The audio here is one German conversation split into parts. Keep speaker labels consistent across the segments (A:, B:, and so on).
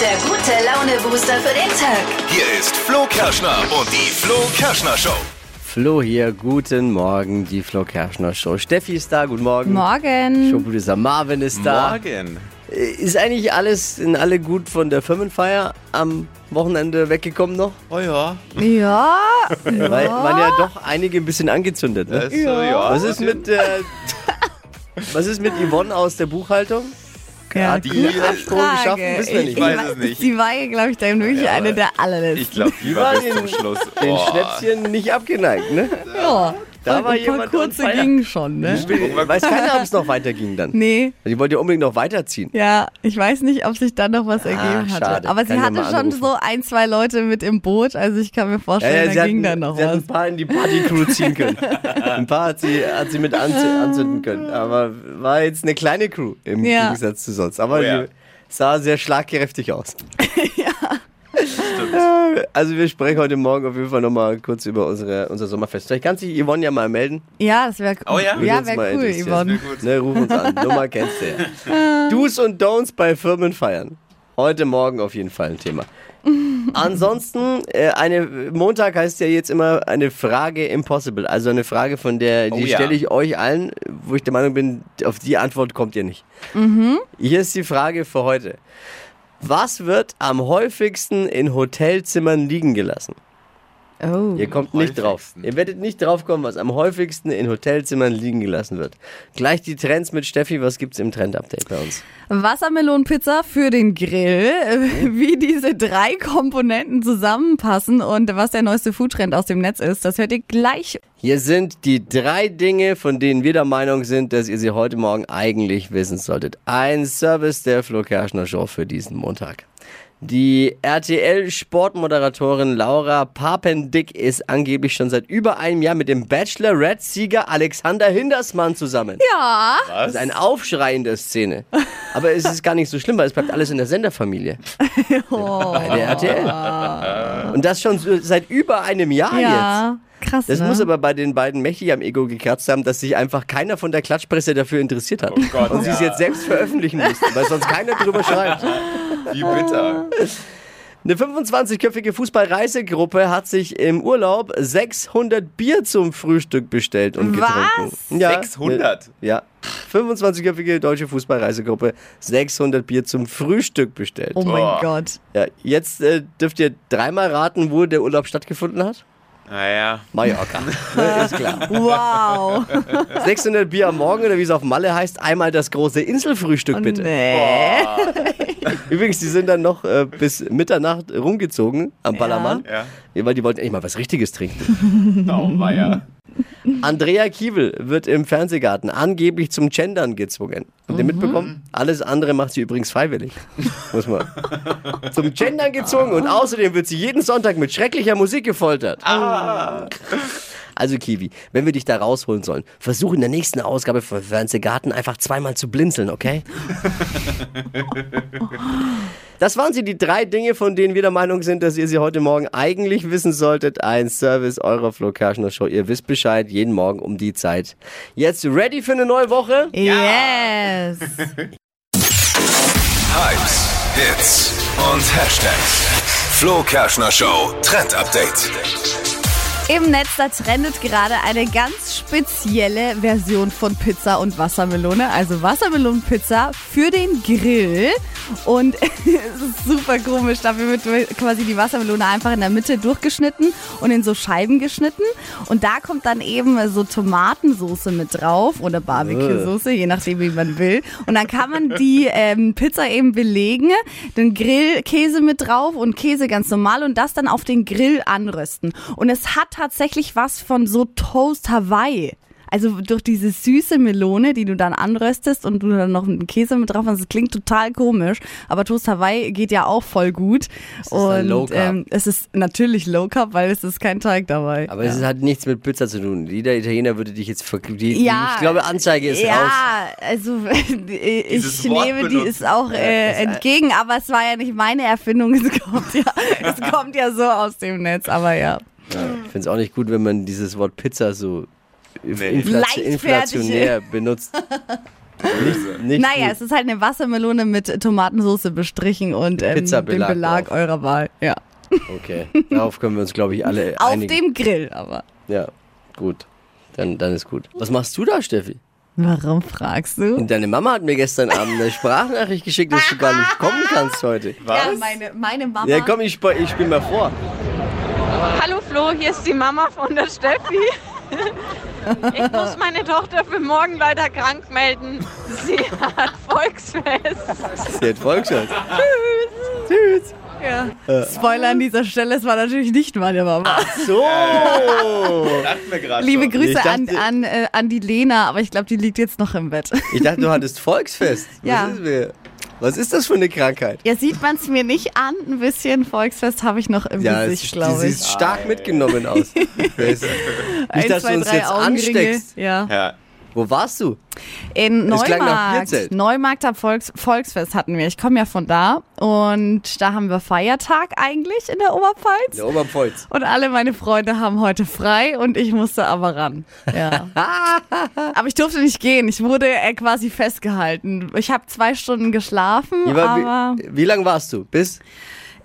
A: Der gute Laune-Booster für den Tag.
B: Hier ist Flo Kerschner und die Flo Kerschner Show.
C: Flo hier, guten Morgen, die Flo Kerschner Show. Steffi ist da, guten Morgen.
D: Morgen.
C: Schobude ist da, Marvin ist da.
E: Morgen.
C: Äh, Ist eigentlich alles in alle gut von der Firmenfeier am Wochenende weggekommen noch?
E: Oh ja.
D: Ja,
C: Weil waren ja doch einige ein bisschen angezündet. Ne?
E: Das, äh, ja.
C: Was ist mit äh, Was ist mit Yvonne aus der Buchhaltung?
D: ja
E: die-
D: gute
C: Absprung
D: Frage.
C: geschaffen, wissen wir
D: Ich-
C: nicht.
E: Ich weiß es nicht.
D: Die war ja, glaube ich, dann wirklich eine der allerletzten.
E: Ich glaube, die war
C: war
E: bis
C: den-
E: zum Schluss.
C: Den
E: oh.
C: Schnäpschen nicht abgeneigt, ne?
D: ja.
C: Da
D: Oh, Und
C: war
D: ein paar
C: jemand on
D: kurze
C: fire.
D: gingen schon, ne?
C: Weiß keiner, ob es noch weiterging dann.
D: Nee.
C: Die wollte ja unbedingt noch weiterziehen.
D: Ja, ich weiß nicht, ob sich dann noch was ergeben hatte.
C: Ah, schade.
D: Aber sie
C: Kann ja
D: hatte
C: mal
D: schon
C: anrufen.
D: so ein, zwei Leute mit im Boot, also ich kann mir vorstellen, da ging dann noch
C: sie hat
D: was.
C: ein paar in die Party-Crew ziehen können. ein paar hat sie, hat sie mit anzü- anzünden können. Aber war jetzt eine kleine Crew im
D: Ja.
C: Gegensatz zu sonst. Aber
E: Oh ja.
C: die sah sehr schlagkräftig aus. ja. Also wir sprechen heute Morgen auf jeden Fall nochmal kurz über unsere, unser Sommerfest. Vielleicht kann sich Yvonne ja mal melden.
D: Ja, das wäre cool.
E: Oh ja?
C: Würde uns mal
D: wäre cool,
C: interessieren.
D: Yvonne.
E: gut.
C: Ne, ruf uns an. Nummer kennst du ja. Do's und Don'ts bei Firmenfeiern. Heute Morgen auf jeden Fall ein Thema. Ansonsten, äh, eine Montag heißt ja jetzt immer eine Frage impossible. Also eine Frage, von der, die
E: Oh ja.
C: stelle ich euch allen, wo ich der Meinung bin, auf die Antwort kommt ihr nicht.
D: Mhm.
C: Hier ist die Frage für heute. Was wird am häufigsten in Hotelzimmern liegen gelassen?
D: Oh.
C: Ihr kommt nicht drauf.
E: häufigsten.
C: Ihr werdet nicht drauf kommen, was am häufigsten in Hotelzimmern liegen gelassen wird. Gleich die Trends mit Steffi. Was gibt's im Trend-Update bei uns?
D: Wassermelonenpizza für den Grill, äh,
C: Mhm.
D: wie diese drei Komponenten zusammenpassen und was der neueste Foodtrend aus dem Netz ist, das hört ihr gleich.
C: Hier sind die drei Dinge, von denen wir der Meinung sind, dass ihr sie heute Morgen eigentlich wissen solltet. Ein Service der Flo Kerschner Show für diesen Montag. Die RTL-Sportmoderatorin Laura Papendick ist angeblich schon seit über einem Jahr mit dem Bachelorette-Sieger Alexander Hindersmann zusammen.
D: Ja,
C: Das ist ein Aufschrei in der Szene. Aber es ist gar nicht so schlimm, weil es bleibt alles in der Senderfamilie.
D: Oh.
C: Bei
E: Ah.
C: der RTL. Und das schon so seit über einem Jahr Ah, jetzt.
D: ja. krass.
C: Das
D: ne?
C: muss aber bei den beiden mächtig am Ego gekratzt haben, dass sich einfach keiner von der Klatschpresse dafür interessiert hat.
E: Oh Gott,
C: Und sie es
E: ja.
C: jetzt selbst veröffentlichen mussten, weil sonst keiner drüber schreibt.
E: Wie bitter.
C: Eine 25-köpfige Fußballreisegruppe hat sich im Urlaub 600 Bier zum Frühstück bestellt und getrunken.
D: Was?
C: Ja,
E: 600?
C: ne- Ja. 25-köpfige deutsche Fußballreisegruppe 600 Bier zum Frühstück bestellt.
D: oh mein
E: Boah.
D: Gott.
C: Ja, jetzt äh, dürft ihr dreimal raten, wo der Urlaub stattgefunden hat.
E: Naja.
C: Mallorca. ne, ist klar.
D: Wow.
C: 600 Bier am Morgen oder wie es auf Malle heißt, einmal das große Inselfrühstück bitte.
D: Oh, Nee.
C: Übrigens, die sind dann noch äh, bis Mitternacht rumgezogen am Ballermann,
E: Ja.
C: weil die wollten echt mal was Richtiges trinken.
E: Oh, weia.
C: Andrea Kiewel wird im Fernsehgarten angeblich zum Gendern gezwungen. Habt ihr mitbekommen? Alles andere macht sie übrigens freiwillig. Muss man. zum Gendern gezwungen und außerdem wird sie jeden Sonntag mit schrecklicher Musik gefoltert. Also Kiwi, wenn wir dich da rausholen sollen, versuch in der nächsten Ausgabe von Fernsehgarten einfach zweimal zu blinzeln, okay? Das waren sie, die drei Dinge, von denen wir der Meinung sind, dass ihr sie heute Morgen eigentlich wissen solltet. Ein Service eurer Flo Kerschner Show. Ihr wisst Bescheid, jeden Morgen um die Zeit. Jetzt ready für eine neue Woche?
D: Oh. Yes.
B: Hypes, Hits und Hashtags. Flo Kerschner Show Trend Update.
D: Im Netz, da trendet gerade eine ganz spezielle Version von Pizza und Wassermelone. Also Wassermelonenpizza für den Grill. Und es ist super komisch. Dafür wird quasi die Wassermelone einfach in der Mitte durchgeschnitten und in so Scheiben geschnitten. Und da kommt dann eben so Tomatensoße mit drauf oder Barbecue-Soße, je nachdem, wie man will. Und dann kann man die ähm, Pizza eben belegen, den Grillkäse mit drauf und Käse ganz normal und das dann auf den Grill anrösten. Und es hat tatsächlich was von so Toast Hawaii. Also durch diese süße Melone, die du dann anröstest und du dann noch einen Käse mit drauf hast, das klingt total komisch, aber Toast Hawaii geht ja auch voll gut.
C: dann
D: und
C: Low Carb.
D: Ähm, es ist natürlich Low Carb, weil es ist kein Teig dabei.
C: Aber es hat nichts mit Pizza zu tun. Jeder Italiener würde dich jetzt ver die, die,
D: Ja.
C: Hm, Ich glaube, Anzeige ist raus.
D: Ja, also ich
E: Dieses Wort
D: nehme die
E: benutzen.
D: ist auch äh, entgegen, aber es war ja nicht meine Erfindung. Es kommt ja, es kommt ja so aus dem Netz, aber ja.
C: Ich finde es auch nicht gut, wenn man dieses Wort Pizza so
E: Nee.
C: inflation-
D: Leichtfertig.
C: inflationär benutzt.
E: Böse.
C: Nicht
D: naja,
C: gut.
D: es ist halt eine Wassermelone mit Tomatensauce bestrichen und ähm,
C: Pizzabelag
D: dem Belag
C: drauf.
D: eurer Wahl. Ja.
C: Okay, darauf können wir uns, glaube ich, alle
D: Auf
C: einigen.
D: dem Grill aber.
C: ja, gut. Dann, dann ist gut. Was machst du da, Steffi?
D: Warum fragst du?
C: Deine Mama hat mir gestern Abend eine Sprachnachricht geschickt, dass du gar nicht kommen kannst heute.
D: Ja,
E: Was?
D: meine, meine Mama.
C: Ja, komm, ich, sp- ich spiel mal vor.
F: Hallo Flo, hier ist die Mama von der Steffi. Ich muss meine Tochter für morgen leider krank melden. Sie hat Volksfest.
C: Sie hat Volksschutz. Tschüss.
D: Spoiler an dieser Stelle, es war natürlich nicht meine Mama.
C: So.
E: Dachten wir gerade
D: Liebe
E: schon.
D: Grüße
C: ich dachte-
D: an, an, äh, an die Lena, aber ich glaube, die liegt jetzt noch im Bett.
C: Ich dachte, du hattest Volksfest. Was
D: Ja.
C: Ist mir? Was ist das für eine Krankheit?
D: Ja, sieht man es mir nicht an. Ein bisschen Volksfest habe ich noch im
C: Ja, es,
D: Gesicht,
C: die
D: glaube ich.
C: sieht stark mitgenommen aus. Nicht,
D: Eins,
C: dass
D: zwei,
C: du uns
D: drei
C: jetzt
D: Augenringe.
C: ansteckst.
D: Ja.
E: Ja.
C: Wo warst du?
D: In
C: Es klang nach
D: Neumarkt.
C: Bierzelt.
D: Neumarkt am Volks Volksfest hatten wir. Ich komme ja von da. Und da haben wir Feiertag eigentlich in der Oberpfalz.
C: In der Oberpfalz.
D: Und alle meine Freunde haben heute frei und ich musste aber ran. Ja. aber ich durfte nicht gehen. Ich wurde äh, quasi festgehalten. Ich habe zwei Stunden geschlafen, aber
C: wie, wie lange warst du? Bis?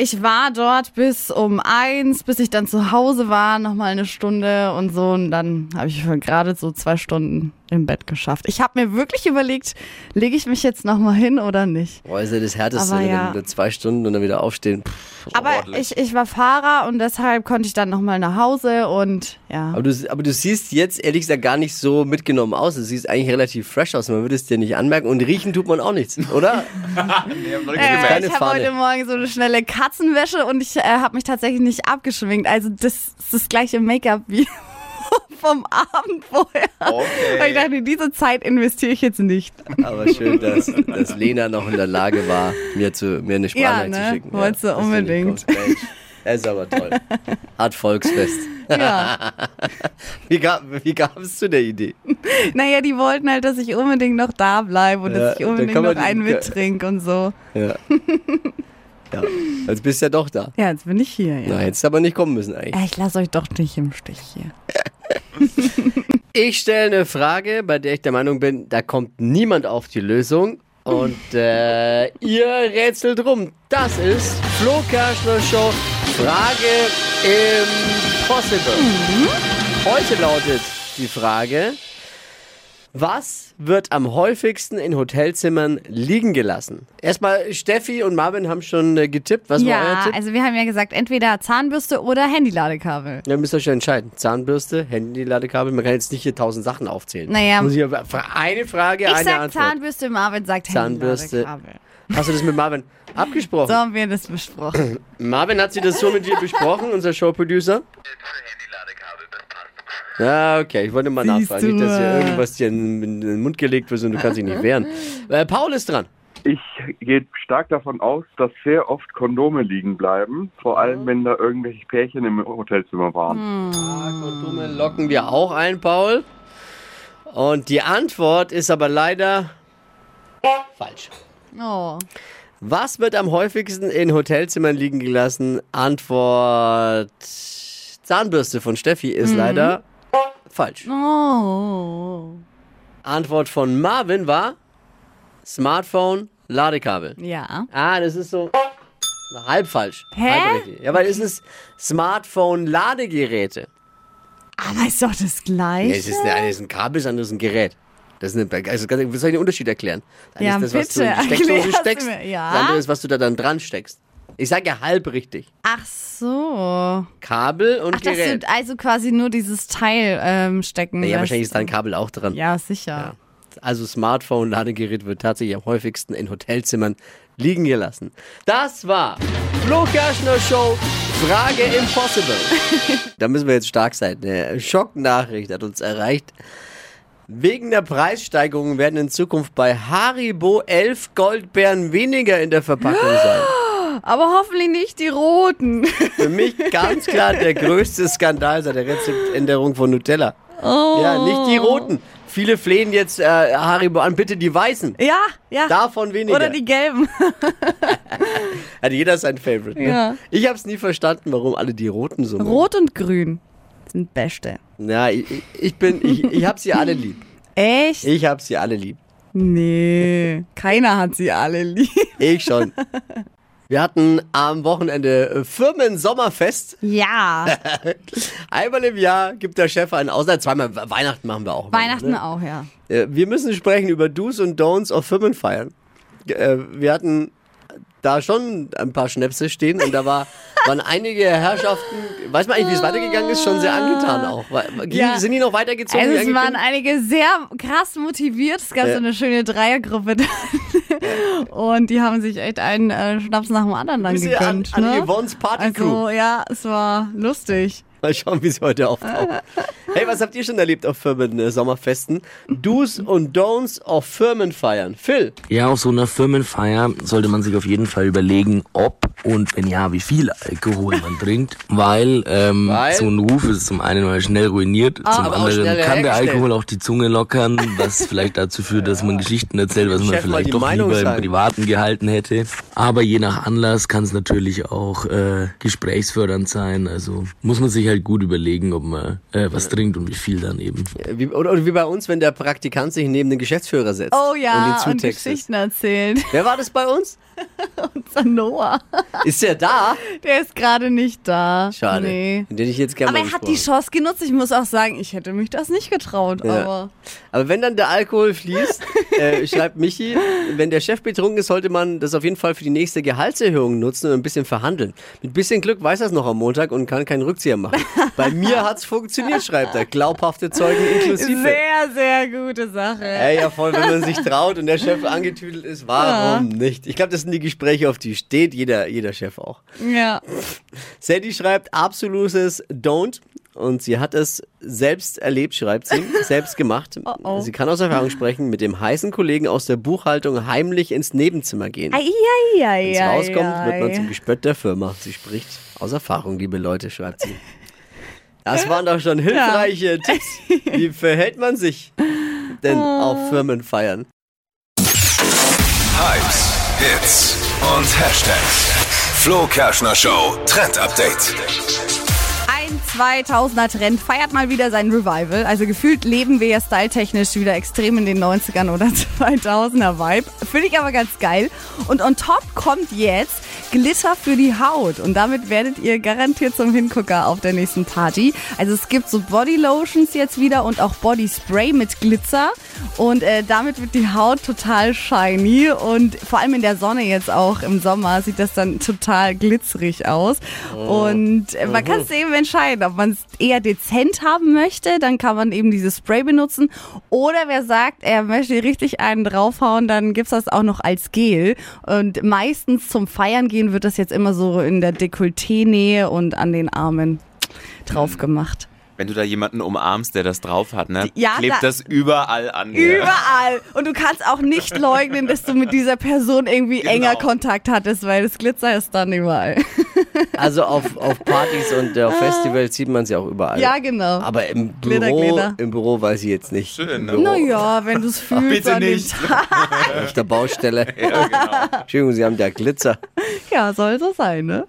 D: ich war dort bis um eins, bis ich dann zu Hause war, nochmal eine Stunde und so. Und dann habe ich gerade so zwei Stunden im Bett geschafft. Ich habe mir wirklich überlegt, lege ich mich jetzt nochmal hin oder nicht.
C: Boah, ist ja das Härteste,
D: Aber
C: wenn
D: ja.
C: du zwei Stunden und dann wieder aufstehen. Pff.
D: Aber ich, ich war Fahrer und deshalb konnte ich dann nochmal nach Hause und ja.
C: Aber du, aber du siehst jetzt ehrlich gesagt gar nicht so mitgenommen aus. Du siehst eigentlich relativ fresh aus. Man würde es dir nicht anmerken. Und riechen tut man auch nichts, oder?
E: Nee, haben wir
D: Äh,
E: gemerkt.
C: keine
D: ich habe
C: Fahne.
D: heute Morgen so eine schnelle Katzenwäsche und ich äh, habe mich tatsächlich nicht abgeschminkt. Also das ist das gleiche Make-up wie vom Abend vorher.
E: Okay.
D: Weil Äh. ich dachte, diese Zeit investiere ich jetzt nicht.
C: Aber schön, dass, dass Lena noch in der Lage war, mir, zu, mir eine Sprachnachricht
D: Ja, ne?
C: zu schicken.
D: Wolltest du
C: das finde ich
D: unbedingt.
C: groß. Mensch, Er ist aber toll. Art Volksfest.
D: Ja.
C: Wie, gab, wie kam es zu der Idee?
D: naja, die wollten halt, dass ich unbedingt noch da bleibe und
C: Ja,
D: dass ich
C: dann
D: unbedingt
C: kann
D: noch
C: man die-
D: einen mittrink und so.
C: Ja. ja. Jetzt bist du ja doch da.
D: Ja, jetzt bin ich hier. Ja.
C: Na, hättest du aber nicht kommen müssen eigentlich.
D: Ja, Ich lasse euch doch nicht im Stich hier.
C: Ich stelle eine Frage, bei der ich der Meinung bin, da kommt niemand auf die Lösung. Und äh, ihr rätselt rum. Das ist Flo Kerschner Show Frage Impossible. Heute lautet die Frage, was wird am häufigsten in Hotelzimmern liegen gelassen? Erstmal, Steffi und Marvin haben schon äh, getippt. Was war euer
D: Ja,
C: Tipp?
D: also wir haben ja gesagt, entweder Zahnbürste oder Handyladekabel.
C: Ja, müsst ihr euch ja entscheiden. Zahnbürste, Handy-Ladekabel. Man kann jetzt nicht hier tausend Sachen aufzählen.
D: Naja.
C: Muss ich aber fra- eine Frage,
D: Ich
C: eine
D: sag
C: Antwort.
D: Zahnbürste, Marvin sagt
C: Zahnbürste.
D: Handyladekabel.
C: Hast du das mit Marvin
D: So
C: abgesprochen?
D: haben wir das besprochen.
C: Marvin, hat sie das so mit dir besprochen, unser Showproducer? Ja, okay, ich wollte mal
D: Siehst
C: nachfragen. Nicht,
D: du
C: dass
D: mal.
C: hier irgendwas dir in in den Mund gelegt wird und du kannst dich nicht wehren. Äh, Paul ist dran.
G: Ich gehe stark davon aus, dass sehr oft Kondome liegen bleiben, vor allem wenn da irgendwelche Pärchen im Hotelzimmer waren.
C: Kondome locken wir auch ein, Paul. Und die Antwort ist aber leider falsch.
D: Oh.
C: Was wird am häufigsten in Hotelzimmern liegen gelassen? Antwort Zahnbürste von Steffi ist
D: Mhm.
C: leider falsch.
D: Oh.
C: Antwort von Marvin war Smartphone, Ladekabel.
D: Ja.
C: Ah, das ist so halb falsch.
D: Hä?
C: Halb richtig. ja, weil es ist Smartphone, Ladegeräte.
D: Aber ist doch das
C: Ja,
D: gleiche.
C: es ist, eine, eine ist ein Kabel, das andere ist ein Gerät. Das ist eine, also, ganz- wie soll ich den Unterschied erklären? Das
D: Ja,
C: eine ist das, was du in die
D: bitte,
C: Steckdose
D: erklär's
C: steckst.
D: mir. Ja.
C: Das andere ist, was du da dann dran steckst. Ich sage ja halb richtig.
D: Ach so.
C: Kabel und
D: Ach, das
C: Gerät.
D: sind also quasi nur dieses Teil ähm, stecken.
C: ja,
D: lässt.
C: wahrscheinlich ist da ein Kabel auch dran.
D: Ja, sicher.
C: Also Smartphone, Ladegerät wird tatsächlich am häufigsten in Hotelzimmern liegen gelassen. Das war Flo Kerschner Show Frage Impossible. da müssen wir jetzt stark sein. Eine Schocknachricht hat uns erreicht. Wegen der Preissteigerungen werden in Zukunft bei Haribo elf Goldbeeren weniger in der Verpackung sein.
D: Aber hoffentlich nicht die roten.
C: Für mich ganz klar der größte Skandal seit der Rezeptänderung von Nutella.
D: Oh.
C: Ja, nicht die roten. Viele flehen jetzt äh, Haribo an, bitte die weißen.
D: Ja, ja.
C: Davon weniger.
D: Oder die gelben.
C: Hat jeder sein Favorite, ne?
D: Ja.
C: Ich habe es nie verstanden, warum alle die roten so mögen.
D: Rot und grün sind beste.
C: Ja, ich, ich bin, ich, ich hab sie alle lieb.
D: Echt?
C: Ich hab sie alle lieb.
D: Nee, keiner hat sie alle lieb.
C: Ich schon. Wir hatten am Wochenende äh, Firmen-Sommerfest.
D: Ja,
C: Einmal im Jahr gibt der Chef einen Ausland. Zweimal We- Weihnachten machen wir auch.
D: Weihnachten
C: ne?
D: auch, ja.
C: Äh, Wir müssen sprechen über Do's und Don'ts auf Firmenfeiern. G- äh, Wir hatten da schon ein paar Schnäpse stehen und da war, waren einige Herrschaften, weiß man eigentlich, wie es weitergegangen ist, schon sehr angetan auch. War- ging-
D: Ja.
C: Sind die noch weitergezogen?
D: also
C: die
D: es waren
C: angekündigt?
D: einige sehr krass motiviert. Es gab so eine schöne Dreiergruppe dann. Und die haben sich echt einen äh, Schnaps nach dem anderen dann
C: Grüße an,
D: gegönnt.
C: an
D: ne?
C: Yvonne's Partycrew.
D: Also ja, es war lustig.
C: Mal schauen, wie sie heute auftaucht. Hey, was habt ihr schon erlebt auf Firmen-Sommerfesten? Do's und Don'ts auf Firmenfeiern. Phil,
H: Ja, auf so einer Firmenfeier sollte man sich auf jeden Fall überlegen, ob und wenn ja, wie viel Alkohol man trinkt, weil, ähm,
C: Weil? Ah,
H: so ein Ruf ist zum einen mal schnell ruiniert, zum
C: aber auch
H: anderen
C: schneller
H: kann der
C: hergestellt.
H: Alkohol auch die Zunge lockern, was vielleicht dazu führt, dass man Geschichten erzählt, was man
C: Chef, mal die
H: vielleicht doch
C: Meinung
H: lieber
C: sagen.
H: im Privaten gehalten hätte. Aber je nach Anlass kann es natürlich auch äh, gesprächsfördernd sein, also muss man sich halt gut überlegen, ob man äh, was trinkt und wie viel dann eben.
C: äh, wie, oder, oder wie bei uns, wenn der Praktikant sich neben den Geschäftsführer setzt
D: Oh ja,
C: und
D: und,
C: ihn zutextet.
D: Geschichten erzählt.
C: Wer war das bei uns?
D: Unser Noah.
C: Ist der da?
D: Der ist gerade nicht da.
C: Schade.
D: Nee.
C: Den ich jetzt gerne
D: Aber
C: mal
D: er hat die
C: gesprochen.
D: Chance genutzt. Ich muss auch sagen, ich hätte mich das nicht getraut.
C: Ja.
D: Aber
C: Aber wenn dann der Alkohol fließt, äh, schreibt Michi, wenn der Chef betrunken ist, sollte man das auf jeden Fall für die nächste Gehaltserhöhung nutzen und ein bisschen verhandeln. Mit bisschen Glück weiß er es noch am Montag und kann keinen Rückzieher machen. Bei mir hat's funktioniert, schreibt er. Glaubhafte Zeugen inklusive.
D: sehr, sehr gute Sache.
C: Ey, ja voll, wenn man sich traut und der Chef angetüdelt ist, warum nicht? Ich glaube, das sind die Gespräche, auf die steht jeder, jeder Chef auch.
D: Ja.
C: Sadie schreibt absolutes Don't. Und sie hat es selbst erlebt, schreibt sie, selbst gemacht.
D: oh.
C: Sie kann aus Erfahrung sprechen, mit dem heißen Kollegen aus der Buchhaltung heimlich ins Nebenzimmer gehen.
D: Ei, ei, ei,
C: Wenn es
D: ei,
C: rauskommt, wird man
D: ei.
C: zum Gespött der Firma. Sie spricht aus Erfahrung, liebe Leute, schreibt sie. Das waren doch schon hilfreiche Tipps. Wie verhält man sich denn
D: Oh.
C: auf Firmenfeiern?
B: Hypes, Hits und Hashtags. Flo Kerschner Show Trend Update.
D: Ein 2000er Trend feiert mal wieder sein Revival. Also gefühlt leben wir ja styletechnisch wieder extrem in den 90ern oder 2000er Vibe. Finde ich aber ganz geil. Und on top kommt jetzt Glitter für die Haut. Und damit werdet ihr garantiert zum Hingucker auf der nächsten Party. Also es gibt so Body Lotions jetzt wieder und auch Body Spray mit Glitzer. Und äh, damit wird die Haut total shiny. Und vor allem in der Sonne jetzt auch im Sommer sieht das dann total glitzerig aus. Und äh, man kann es eben entscheiden, ob man es eher dezent haben möchte, dann kann man eben dieses Spray benutzen. Oder wer sagt, er möchte richtig einen draufhauen, dann gibt's das auch noch als Gel. Und meistens zum Feiern gehen wird das jetzt immer so in der Dekolleté-Nähe und an den Armen drauf gemacht.
E: Wenn du da jemanden umarmst, der das drauf hat, ne?
D: Ja,
E: klebt
D: da-
E: das überall an.
D: Überall. Und du kannst auch nicht leugnen, dass du mit dieser Person irgendwie
E: Genau.
D: enger Kontakt hattest, weil das Glitzer ist dann überall.
C: Also auf, auf Partys und äh, auf Festivals sieht man sie auch
E: Also,
C: überall.
D: Ah. Ja, genau.
C: Aber im Büro,
D: Glitter, Glitter.
C: Im Büro weiß ich jetzt nicht.
E: Schön, ne?
C: Im Büro,
D: Naja, wenn du es fühlst
E: Bitte
D: an
E: nicht.
D: dem Tag.
C: Auf der Baustelle. Entschuldigung, Sie haben da Glitzer.
D: Ja, soll so sein, ne?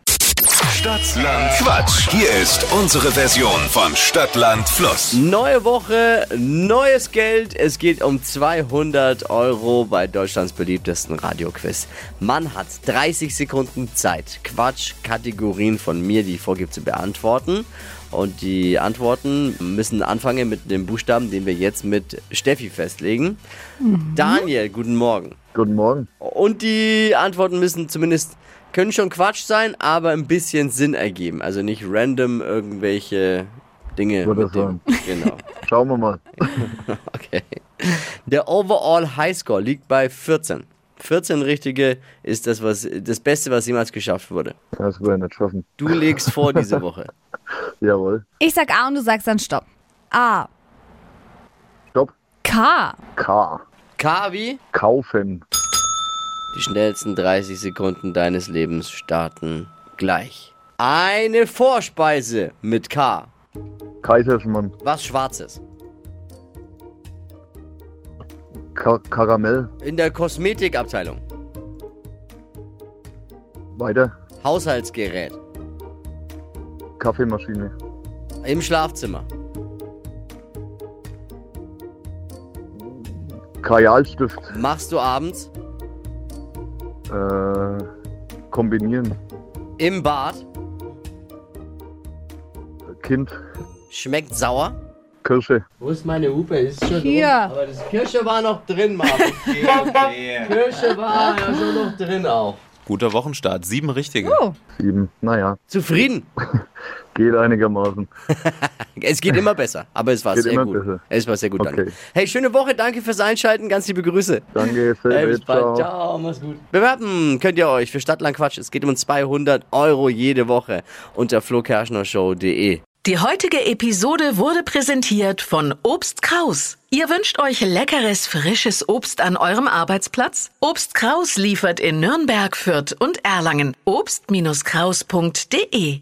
B: Stadtland Quatsch. Hier ist unsere Version von Stadtland Fluss.
C: Neue Woche, neues Geld. Es geht um 200 Euro bei Deutschlands beliebtesten Radioquiz. Man hat 30 Sekunden Zeit, Quatsch-Kategorien von mir, die ich vorgebe, zu beantworten. Und die Antworten müssen anfangen mit dem Buchstaben, den wir jetzt mit Steffi festlegen. Daniel, guten Morgen.
I: Guten Morgen.
C: Und die Antworten müssen zumindest, können schon Quatsch sein, aber ein bisschen Sinn ergeben. Also nicht random irgendwelche Dinge.
I: Würde
C: mit dem- Genau.
I: Schauen wir mal.
C: Okay. Der Overall Highscore liegt bei 14. 14 richtige ist das, was, das Beste, was jemals geschafft wurde.
I: Das werden wir nicht schaffen.
C: Du legst vor diese Woche.
I: Jawohl.
D: Ich sag A und du sagst dann Stopp. A.
I: Stopp.
D: K.
I: K.
C: Kavi,
I: Kaufen.
C: die schnellsten 30 Sekunden deines Lebens starten gleich. Eine Vorspeise mit K.
I: Kaiserschmann.
C: Was Schwarzes.
I: Ka Karamell.
C: In der Kosmetikabteilung.
I: Weiter.
C: Haushaltsgerät.
I: Kaffeemaschine.
C: Im Schlafzimmer.
I: Kajalstift
C: Machst du abends
I: äh, kombinieren.
C: im Bad,
I: Kind,
C: schmeckt sauer.
I: Kirsche.
H: Wo ist meine Hupe? Ist schon
D: Hier.
H: Aber das Kirsche war noch drin, Marvin. Kirsche war ja schon noch drin auch.
E: Guter Wochenstart. Sieben richtige.
D: Oh,
I: Sieben. Naja,
C: Zufrieden.
I: geht einigermaßen.
C: Es geht immer besser, aber es war
I: Geht
C: sehr
I: immer
C: gut.
I: besser.
C: Es war sehr gut, danke.
I: Okay.
C: Hey, schöne Woche, danke fürs Einschalten, ganz liebe Grüße.
I: Danke,
H: Ey, bis
I: Servus,
H: bald.
I: ciao.
H: Ciao, mach's gut.
C: Bewerben könnt ihr euch für Stadtland Quatsch. Es geht um 200 Euro jede Woche unter flokerschnershow.de.
J: Die heutige Episode wurde präsentiert von Obst Kraus. Ihr wünscht euch leckeres, frisches Obst an eurem Arbeitsplatz? Obst Kraus liefert in Nürnberg, Fürth und Erlangen. Obst-Kraus.de